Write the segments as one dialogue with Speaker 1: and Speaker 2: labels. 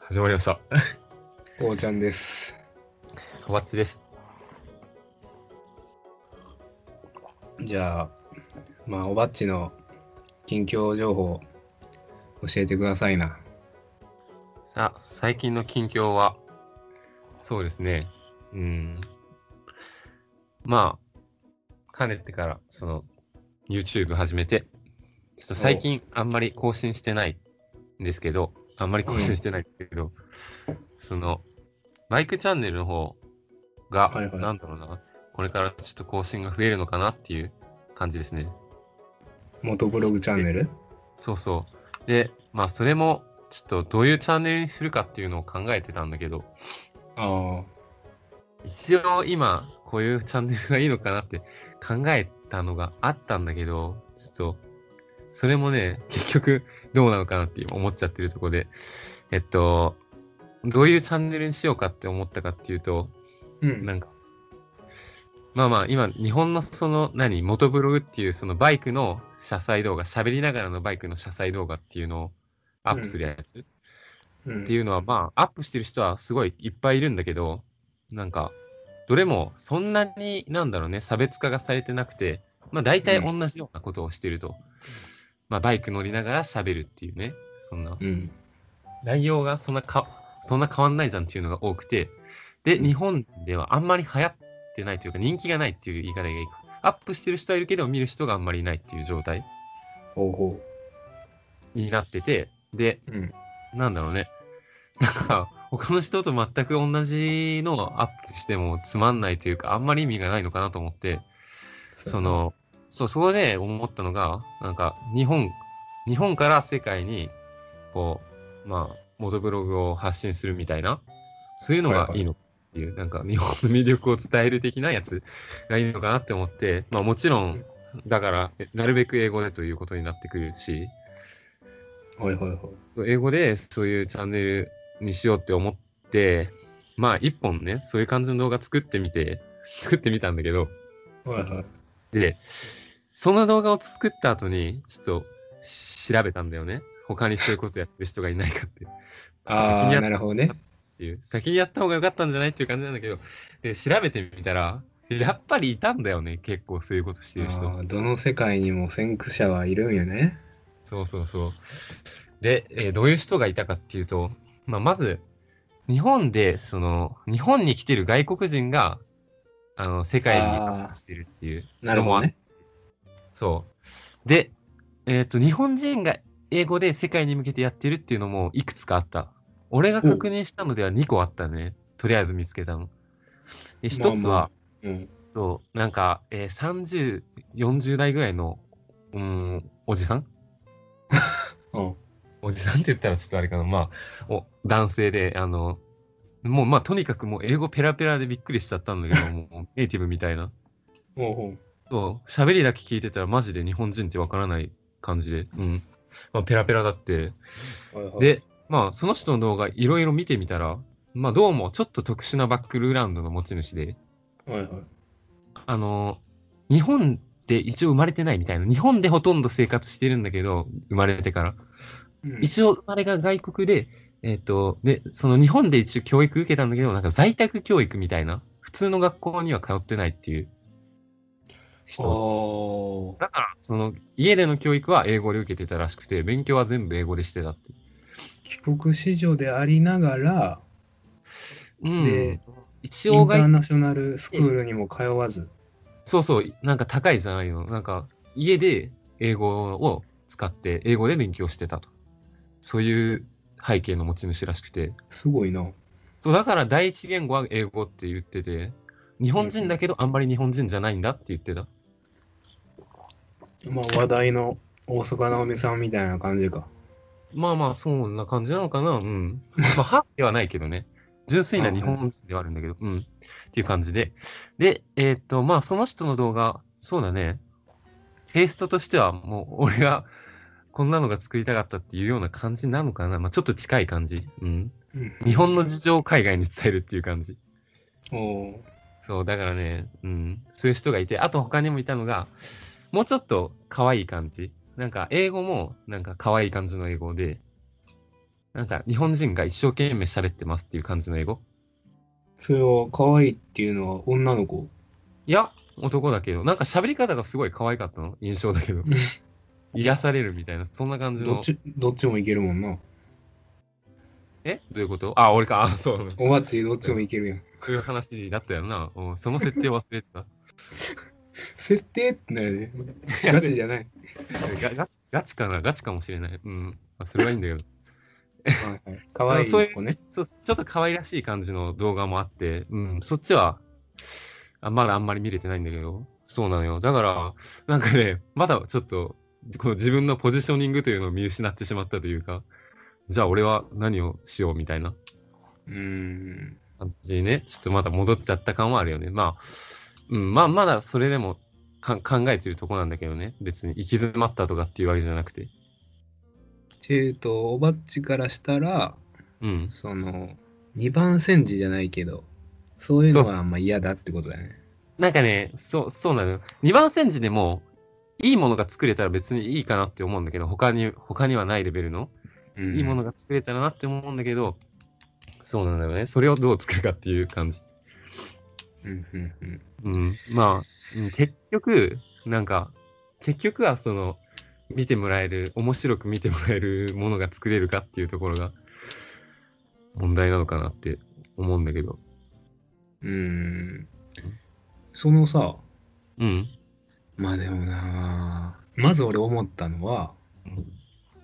Speaker 1: 始まりました。
Speaker 2: おうちゃんです。
Speaker 1: おばっちです。
Speaker 2: じゃあ、まあ、おばっちの近況情報教えてくださいな。
Speaker 1: さあ、最近の近況は、そうですね。うん。まあ、かねてから、その、YouTube 始めて、ちょっと最近あんまり更新してないんですけど、あんまり更新してないんですけど、その、マイクチャンネルの方が、
Speaker 2: はいはい
Speaker 1: なんだろうな、これからちょっと更新が増えるのかなっていう感じですね。
Speaker 2: 元ブログチャンネル
Speaker 1: そうそう。で、まあ、それも、ちょっとどういうチャンネルにするかっていうのを考えてたんだけど、
Speaker 2: あ
Speaker 1: 一応今、こういうチャンネルがいいのかなって考えたのがあったんだけど、ちょっと、それもね、結局どうなのかなって思っちゃってるとこで、えっと、どういうチャンネルにしようかって思ったかっていうと、
Speaker 2: あ。うん。
Speaker 1: なんか、まあまあ、今、日本のその、何、元ブログっていう、そのバイクの車載動画、喋りながらのバイクの車載動画っていうのをアップするやつ、
Speaker 2: うん
Speaker 1: っていうのは、まあ、アップしてる人はすごいいっぱいいるんだけど、なんか、どれもそんなに、なんだろうね、差別化がされてなくて、まあ、大体
Speaker 2: う
Speaker 1: 同じようなことをしてると。まあ、バイク乗りながら喋るっていうね、そんな。
Speaker 2: うん。
Speaker 1: 内容がそんなかそんな変わんないじゃんっていうのが多くて、で、日本ではあんまり流行ってないというか、人気がないっていう言い方がいいか。アップしてる人はいるけど、見る人があんまりいないっていう状態
Speaker 2: ほうほ
Speaker 1: になってて、で、
Speaker 2: う。うん。
Speaker 1: なんだろうね。 なんか、他の人と全く同じのをアップしてもつまんないというか、あんまり意味がないのかなと思って、そ、の、そう、そこで思ったのが、なんか、日本、日本から世界に、こう、まあ、元ブログを発信するみたいな、そういうのがいいのっていう、なんか、日本の魅力を伝える的なやつがいいのかなって思って、まあ、もちろん、だから、なるべく英語でということになってくるし、
Speaker 2: はいはいはい。
Speaker 1: 英語でそういうチャンネルにしようって思って、まあ一本ね、そういう感じの動画作ってみて、作ってみたんだけど、
Speaker 2: はいはい。
Speaker 1: で、その動画を作った後に、ちょっと調べたんだよね。他にそういうことやってる人がいないかって。
Speaker 2: あ
Speaker 1: 先にや
Speaker 2: あ、
Speaker 1: っ
Speaker 2: なるほどね。
Speaker 1: っていう先にやった方が良かったんじゃないっていう感じなんだけど、で調べてみたら、やっぱりいたんだよね、結構そういうことしてる人。
Speaker 2: あーどの世界にも先駆者はいるんよね。
Speaker 1: そうそうそう。で、えーどういう人がいたかっていうと、まあ、まず、日本で、その、日本に来てる外国人が、あの、世界に
Speaker 2: あー
Speaker 1: 来てるっていう。
Speaker 2: なるほどね。
Speaker 1: そう。で、えっ、と、日本人が英語で世界に向けてやってるっていうのもいくつかあった。俺が確認したのでは2個あったね。とりあえず見つけたの。で、
Speaker 2: まあ
Speaker 1: 1つは、
Speaker 2: まあうん。
Speaker 1: そう、なんか、えー、30、40代ぐらいの、うーん、おじさん
Speaker 2: うん。
Speaker 1: おじさんって 言ったらちょっとあれかな、まあ、お男性で、あの、もうまあとにかくもう英語ペラペラでびっくりしちゃったんだけど、もうネイティブみたいな。
Speaker 2: ほうほ
Speaker 1: そう、喋りだけ聞いてたらマジで日本人ってわからない感じで、うん。まあペラペラだって。
Speaker 2: うはいはい、
Speaker 1: で、まあその人の動画いろいろ見てみたら、まあどうもちょっと特殊なバックグラウンドの持ち主で、
Speaker 2: はいはい。
Speaker 1: あの、日本で一応生まれてないみたいな、日本でほとんど生活してるんだけど、生まれてから。
Speaker 2: うん
Speaker 1: 一応、あれが外国で、えっ、と、で、その日本で一応教育受けたんだけど、なんか在宅教育みたいな、普通の学校には通ってないっていう人。
Speaker 2: おー
Speaker 1: だから、その家での教育は英語で受けてたらしくて、勉強は全部英語でしてたって。
Speaker 2: 帰国子女でありながら、
Speaker 1: うん。
Speaker 2: でイ
Speaker 1: 一応
Speaker 2: ンター
Speaker 1: 外、
Speaker 2: ナショナルスクールにも通わず。
Speaker 1: そうそう、なんか高いじゃないの。なんか、家で英語を使って、英語で勉強してたと。そういう背景の持ち主らしくて。
Speaker 2: すごいな。
Speaker 1: そうだから第一言語は英語って言ってて、日本人だけどあんまり日本人じゃないんだって言ってた。
Speaker 2: まあ話題の大阪なおみさんみたいな感じか。
Speaker 1: まあまあ、そんな感じなのかな。うん。まあ、はではないけどね。純粋な日本人ではあるんだけど、うん。っていう感じで。で、えーっと、まあ、その人の動画、そうだね。テイストとしては、もう、俺が、 こんなのが作りたかったっていうような感じなのかな。まあ、ちょっと近い感じ。うん。日本の事情を海外に伝えるっていう感じ。
Speaker 2: おー
Speaker 1: そう、だからね、うん、そういう人がいて、あと他にもいたのが、もうちょっと可愛い感じ。なんか、英語も、なんか可愛い感じの英語で、なんか日本人が一生懸命喋ってますっていう感じの英語
Speaker 2: それは可愛いっていうのは女の子。
Speaker 1: いや、男だけど、なんか喋り方がすごい可愛かったの、印象だけど。癒されるみたいな、そんな感じ
Speaker 2: ど
Speaker 1: の
Speaker 2: っ。ち、どっちもいけるもんな。
Speaker 1: えどういうことあ、俺か。あ、そう。
Speaker 2: おばっちどっちもいけ るやん。
Speaker 1: そういう話だったよな。うんその設定忘れてた。
Speaker 2: 設定ってなるね。 ガチじゃない。
Speaker 1: ガガガチかなガチかもしれない。うん。あそれはいいんだけど。
Speaker 2: はいはい可愛い子ね。
Speaker 1: そうちょっと可愛らしい感じの動画もあって、うん、そっちはあまだあんまり見れてないんだけど、そうなのよ。だから、なんかね、まだちょっとこの自分のポジショニングというのを見失ってしまったというか、じゃあ俺は何をしようみたいな
Speaker 2: うーん。
Speaker 1: 感じにね、ちょっとまだ戻っちゃった感はあるよね。まあ、うん、まあ、まだそれでもか考えてるとこなんだけどね、別に行き詰まったとかっていうわけじゃなくて。
Speaker 2: っていうと、おばっちからしたら、
Speaker 1: うん、
Speaker 2: その、二番煎じじゃないけど、そういうのはあんま嫌だってことだね。
Speaker 1: なんかね、そう、そうなのよ。二番煎じでも、いいものが作れたら別にいいかなって思うんだけど、他に、他にはないレベルの、いいもの
Speaker 2: が。
Speaker 1: が作れたらなって思うんだけど、そうなんだよね。それをどう作るかっていう感じ。
Speaker 2: うんうんうん。
Speaker 1: うん。まあ、うん結局、なんか、結局はその、見てもらえる、面白く見てもらえるものが作れるかっていうところが、問題なのかなって思うんだけど。
Speaker 2: うーんそのさ、
Speaker 1: うん。
Speaker 2: まあでもなあ、まず俺思ったのは、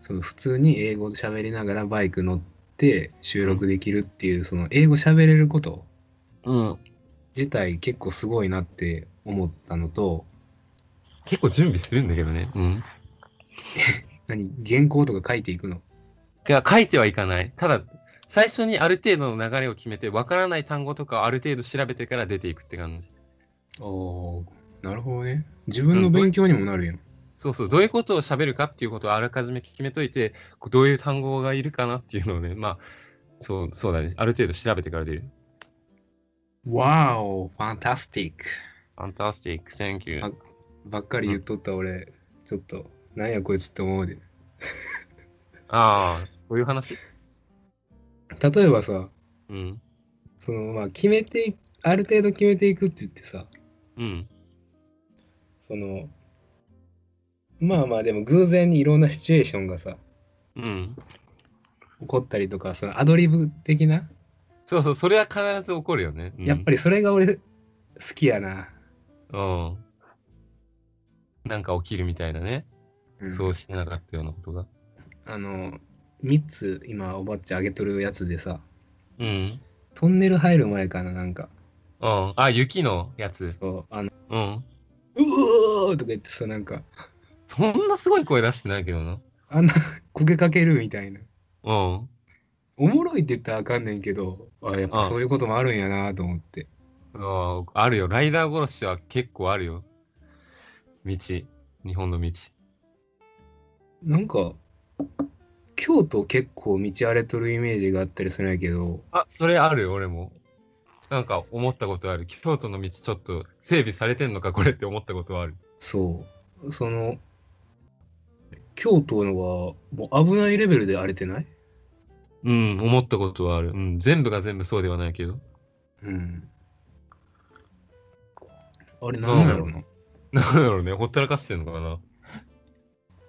Speaker 2: その普通に英語で喋りながらバイク乗って収録できるっていう、その英語喋れること
Speaker 1: うん。
Speaker 2: 自体結構すごいなって思ったのと、
Speaker 1: 結構準備するんだけどね。うん。
Speaker 2: 何、原稿とか書いていくの
Speaker 1: いや、書いてはいかない。ただ、最初にある程度の流れを決めて、わからない単語とかをある程度調べてから出ていくって感じ。
Speaker 2: おなるほどね。自分の勉強にもなるやん。
Speaker 1: そうそう、どういうことを喋るかっていうことをあらかじめ決めといて、こうどういう単語がいるかなっていうのをね、まあ、そう、そうだね。ある程度調べてから出る。
Speaker 2: わお、ファンタスティック。
Speaker 1: ファンタスティック、センキュ
Speaker 2: あ
Speaker 1: ー。
Speaker 2: ばっかり言っとった俺、ちょっと、なんやこいつって思うで。
Speaker 1: ああ、こういう話
Speaker 2: 例えばさ、
Speaker 1: うん。
Speaker 2: そのまあ決めていある程度決めていくって言ってさ
Speaker 1: うん。
Speaker 2: そのまあまあでも偶然にいろんなシチュエーションがさ
Speaker 1: うん。
Speaker 2: 起こったりとかそのアドリブ的な、
Speaker 1: そうそう、それは必ず起こるよね。うん
Speaker 2: やっぱりそれが俺好きやな、
Speaker 1: うん。なんか起きるみたいなね。そうしてなかったようなことが。
Speaker 2: あの3つ今おばっちあげとるやつでさ
Speaker 1: うん。
Speaker 2: トンネル入る前かななんか
Speaker 1: うん。あ、雪のやつ。
Speaker 2: そうあの
Speaker 1: うん。
Speaker 2: うおーとか言ってさなんか
Speaker 1: そんなすごい声出してないけどな。
Speaker 2: あんな焦げかけるみたいな
Speaker 1: うん。
Speaker 2: おもろいって言ったらあかんねんけどあやっぱそういうこともあるんやなと思って
Speaker 1: あーあるよ。ライダー殺しは結構あるよ。道。日本の道。
Speaker 2: なんか京都結構道荒れとるイメージがあったりするんやけど
Speaker 1: あ、それあるよ、俺も。なんか思ったことある。京都の道ちょっと整備されてんのか、これって思ったことはある。
Speaker 2: そうその京都のはもう危ないレベルで荒れてない
Speaker 1: うん、思ったことはある。うん、全部が全部そうではないけど。
Speaker 2: うんあれなんだろうな
Speaker 1: なんだろうね、ほったらかしてんのかな。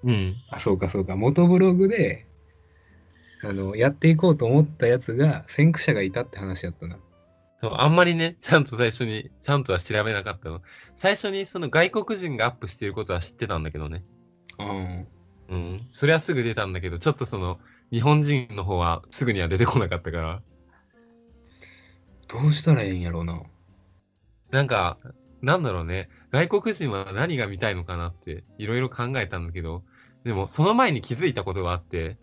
Speaker 1: うん。
Speaker 2: あそうかそうか元ブログであのやっていこうと思ったやつが先駆者がいたって話やったな
Speaker 1: そうあんまりね、ちゃんと最初に、ちゃんとは調べなかったの。最初にその外国人がアップしてることは知ってたんだけどね。
Speaker 2: うん
Speaker 1: うん、それはすぐ出たんだけど、ちょっとその、日本人の方はすぐには出てこなかったから、
Speaker 2: どうしたらええんやろうな
Speaker 1: なんか、なんだろうね、外国人は何が見たいのかなって、いろいろ考えたんだけど、でも、その前に気づいたことがあって、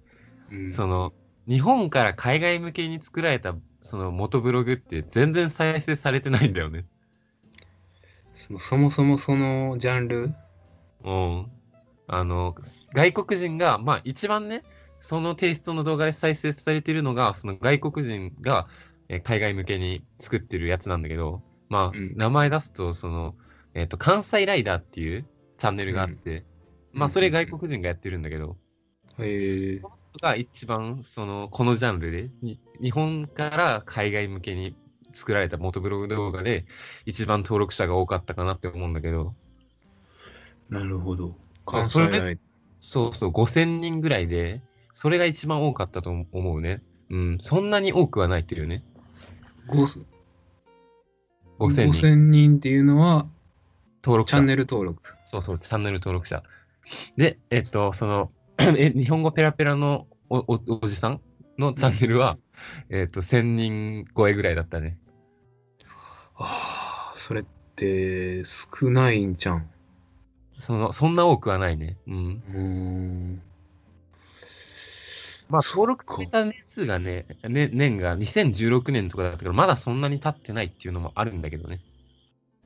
Speaker 2: うん
Speaker 1: その、日本から海外向けに作られた、その元ブログって全然再生されてないんだよね。
Speaker 2: そのそもそもそのジャンル
Speaker 1: うん。あの、外国人が、まあ一番ね、そのテイストの動画で再生されてるのが、その外国人がえー海外向けに作ってるやつなんだけど、まあ、
Speaker 2: うん
Speaker 1: 名前出すと、その、えっ、と、関西ライダーっていうチャンネルがあって、
Speaker 2: うん
Speaker 1: まあそれ
Speaker 2: うんうんうん
Speaker 1: 外国人がやってるんだけど、
Speaker 2: へえ
Speaker 1: この人が一番そのこのジャンルでに日本から海外向けに作られた元ブログ動画で一番登録者が多かったかなって思うんだけど
Speaker 2: なるほど。
Speaker 1: そう
Speaker 2: 関
Speaker 1: それ
Speaker 2: 西内。
Speaker 1: そうそう5000人ぐらいでそれが一番多かったと思うねうんそんなに多くはないというね
Speaker 2: ご
Speaker 1: 5000人
Speaker 2: 5000人っていうのは、
Speaker 1: 登録
Speaker 2: チ
Speaker 1: 者
Speaker 2: ャンネル登録。
Speaker 1: そうそう、チャンネル登録者。で、えっと、その、 え日本語ペラペラのおおおじさんのチャンネルは、えっと、1000人超えぐらいだったね。
Speaker 2: ああ、それって少ないんじゃん。
Speaker 1: その、そんな多くはないね。うん。
Speaker 2: うーん。
Speaker 1: まあ、
Speaker 2: そっか
Speaker 1: 登録された年数がねね、年が2016年とかだったから、まだそんなに経ってないっていうのもあるんだけどね。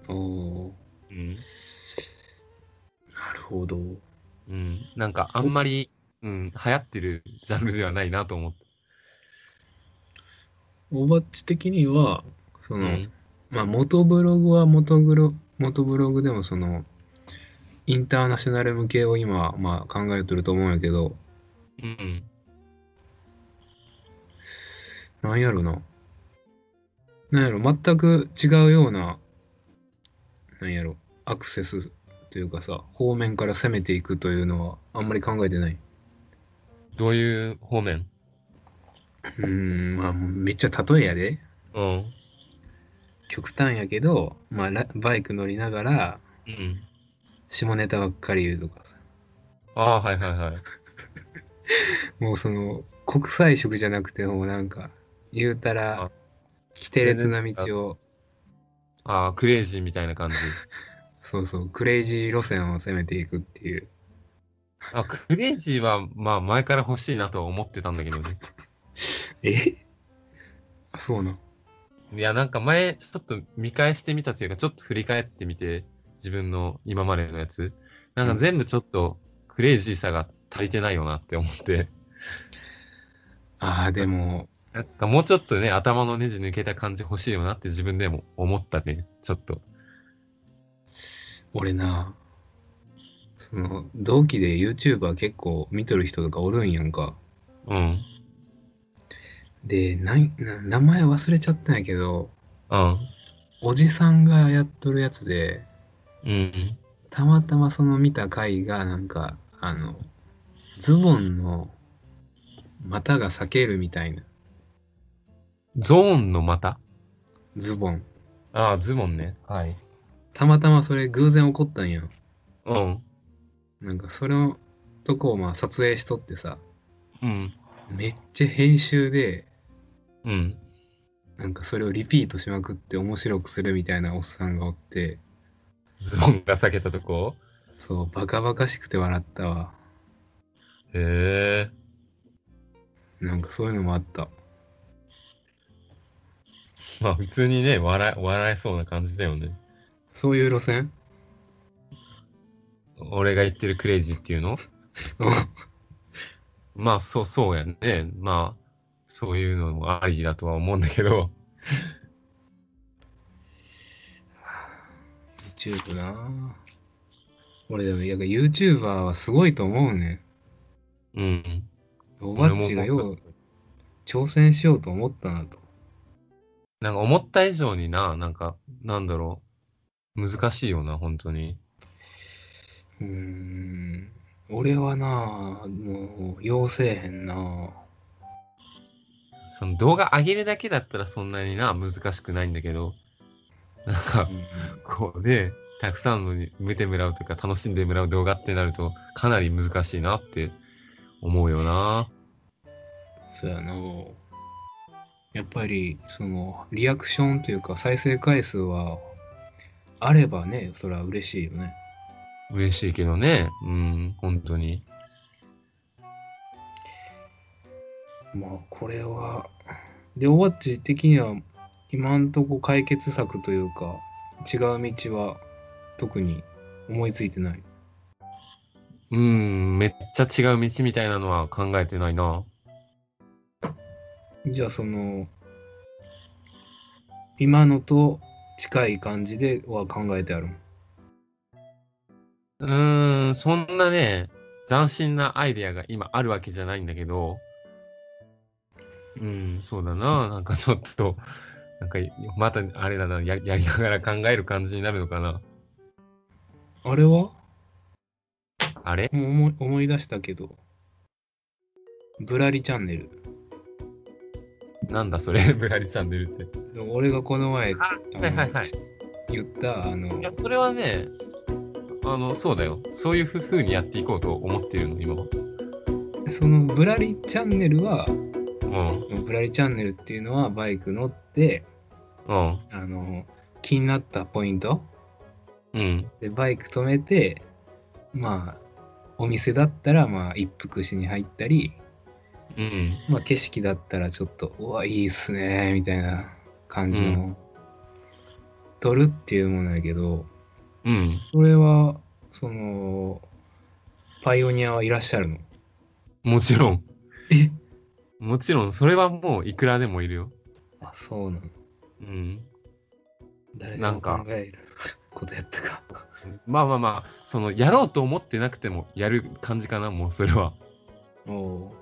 Speaker 2: おお
Speaker 1: うん。
Speaker 2: ー、なるほど。
Speaker 1: うん。なんか、あんまり、うん、流行ってるジャンルではないなと思って。
Speaker 2: おばっち的には、その、
Speaker 1: うん
Speaker 2: まあ、元ブログは元ブロ元ブログでもその、インターナショナル向けを今、まあ、考えてると思うんやけど、
Speaker 1: うん。
Speaker 2: なんやろな。なんやろ、全く違うような、なんやろ、アクセスというかさ、方面から攻めていくというのはあんまり考えてない。
Speaker 1: どういう方面
Speaker 2: うーん、まあ、めっちゃ例えやで。
Speaker 1: うん。
Speaker 2: 極端やけど、まあ、ラバイク乗りながら、
Speaker 1: うん。
Speaker 2: 下ネタばっかり言うとかさ。
Speaker 1: ああ、はいはいはい。
Speaker 2: もうその、国際色じゃなくて、もうなんか、言うたら
Speaker 1: あ、
Speaker 2: 規定列な道を、
Speaker 1: ああ、クレイジーみたいな感じ。
Speaker 2: そうそう、クレイジー路線を攻めていくっていう。
Speaker 1: あクレイジーは、まあ、前から欲しいなとは思ってたんだけどね。
Speaker 2: えあ、そうなん。
Speaker 1: いや、なんか前、ちょっと見返してみたというか、ちょっと振り返ってみて、自分の今までのやつ。なんか全部ちょっと、クレイジーさが足りてないよなって思って。
Speaker 2: ああ、でも、
Speaker 1: なんかもうちょっとね、頭のネジ抜けた感じ欲しいよなって自分でも思ったね。ちょっと。
Speaker 2: 俺な、その、同期で YouTuber 結構見とる人とかおるんやんか。
Speaker 1: うん。
Speaker 2: で、なんな名前忘れちゃったんやけど、
Speaker 1: うん。
Speaker 2: おじさんがやっとるやつで、
Speaker 1: うん。
Speaker 2: たまたまその見た回が、なんか、あの、ズボンの股が裂けるみたいな。
Speaker 1: ゾーンの股
Speaker 2: ズボン。
Speaker 1: ああ、ズボンね。はい。
Speaker 2: たまたまそれ偶然起こったんや。
Speaker 1: うん。
Speaker 2: なんか、それのとこをまあ撮影しとってさ、
Speaker 1: うん。
Speaker 2: めっちゃ編集で、
Speaker 1: うん。
Speaker 2: なんかそれをリピートしまくって面白くするみたいなおっさんがおって、
Speaker 1: ズボンが裂けたとこ
Speaker 2: そう、バカバカしくて笑ったわ。
Speaker 1: へえ。
Speaker 2: なんかそういうのもあった。
Speaker 1: まあ普通にね、笑え、笑えそうな感じだよね。
Speaker 2: そういう路線
Speaker 1: 俺が言ってるクレイジーっていうのまあそう、そうやね。まあ、そういうのもありだとは思うんだけど。
Speaker 2: YouTube なぁ俺でも、やっぱ YouTuber はすごいと思うね。
Speaker 1: うん。
Speaker 2: おばっちがよ
Speaker 1: 俺も
Speaker 2: う挑戦しようと思ったなと。
Speaker 1: なんか思った以上にな、なんか、なんだろう。難しいよな、本当に。
Speaker 2: うーん。俺はなぁ、もう、要せえへんなぁ。
Speaker 1: その動画上げるだけだったらそんなにな、難しくないんだけど。なんか、こうね、たくさんのに見てもらうとか楽しんでもらう動画ってなるとかなり難しいなって思うよな。
Speaker 2: そうやなぁやっぱり、その、リアクションというか、再生回数は、あればね、それは嬉しいよね。
Speaker 1: 嬉しいけどね。うん、本当に。
Speaker 2: まあこれはでオバッチ的には今んとこ解決策というか違う道は特に思いついてない
Speaker 1: うん、めっちゃ違う道みたいなのは考えてないな。
Speaker 2: じゃあその今のと近い感じでは考えてある
Speaker 1: うーん、そんなね、斬新なアイデアが今あるわけじゃないんだけど、うん、そうだな、なんかちょっと、なんかまたあれだな、ややりながら考える感じになるのかな。
Speaker 2: あれは
Speaker 1: あれ
Speaker 2: もう思い思い出したけど、ぶらりチャンネル。
Speaker 1: なんだそ れ、ぶらりチャンネルって。
Speaker 2: 俺がこの前、あの
Speaker 1: はいはいはい
Speaker 2: 言った、あの
Speaker 1: いや、、それはね、あの、そうだよ。そういうふふうにやっていこうと思ってるの、今は。
Speaker 2: そのぶらりチャンネルは、
Speaker 1: うん。
Speaker 2: ぶらりチャンネルっていうのはバイク乗って、
Speaker 1: うん。
Speaker 2: あの、気になったポイント
Speaker 1: うん。
Speaker 2: で、バイク止めて、まあ、お店だったら、まあ、一服しに入ったり、
Speaker 1: うん。
Speaker 2: まあ、景色だったらちょっと、うわ、いいっすね、みたいな感じの、撮るっていうものやけど、
Speaker 1: うん。
Speaker 2: それは、その、パイオニアはいらっしゃるの
Speaker 1: もちろん。
Speaker 2: え
Speaker 1: もちろん、それはもういくらでもいるよ。
Speaker 2: あ、そうなの。
Speaker 1: うん。
Speaker 2: 誰
Speaker 1: な
Speaker 2: が
Speaker 1: んか
Speaker 2: 考えることやったか。
Speaker 1: まあまあまあ、その、やろうと思ってなくてもやる感じかな、もうそれは。
Speaker 2: おお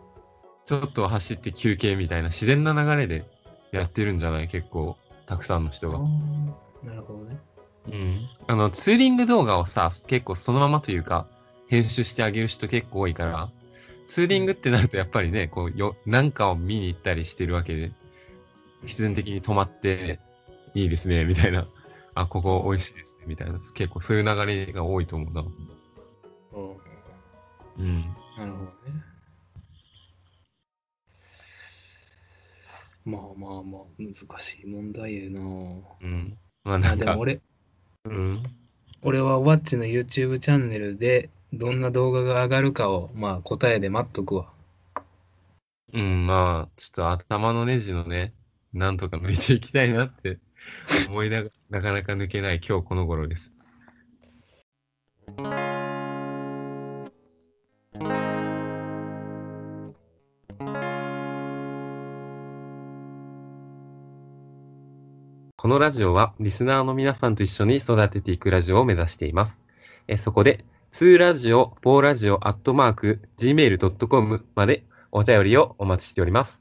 Speaker 1: ちょっと走って休憩みたいな自然な流れでやってるんじゃない結構、たくさんの人
Speaker 2: ー。
Speaker 1: が。
Speaker 2: あーなるほどね。
Speaker 1: うん、あのツーリング動画をさ結構そのままというか編集してあげる人結構多いからツーリングってなるとやっぱりねこうよなんかを見に行ったりしてるわけで必然的に止まっていいですねみたいなあここ美味しいですねみたいな結構そういう流れが多いと思うな、
Speaker 2: おー
Speaker 1: うん、
Speaker 2: なるほどね。まあまあまあ、難しい問題やな
Speaker 1: うんまあ
Speaker 2: あ。
Speaker 1: な
Speaker 2: あ
Speaker 1: ん
Speaker 2: で
Speaker 1: か
Speaker 2: も俺、
Speaker 1: うん
Speaker 2: 俺はワッチの YouTube チャンネルでどんな動画が上がるかを、まあ答えで待っとくわ。
Speaker 1: うんまあちょっと頭のネジのねなんとか抜いていきたいなって思いながら なかなか抜けない今日この頃ですこのラジオはリスナーの皆さんと一緒に育てていくラジオを目指しています。えそこで、2ラジオ、4ラジオ、アットマーク、gmail.com までお便りをお待ちしております。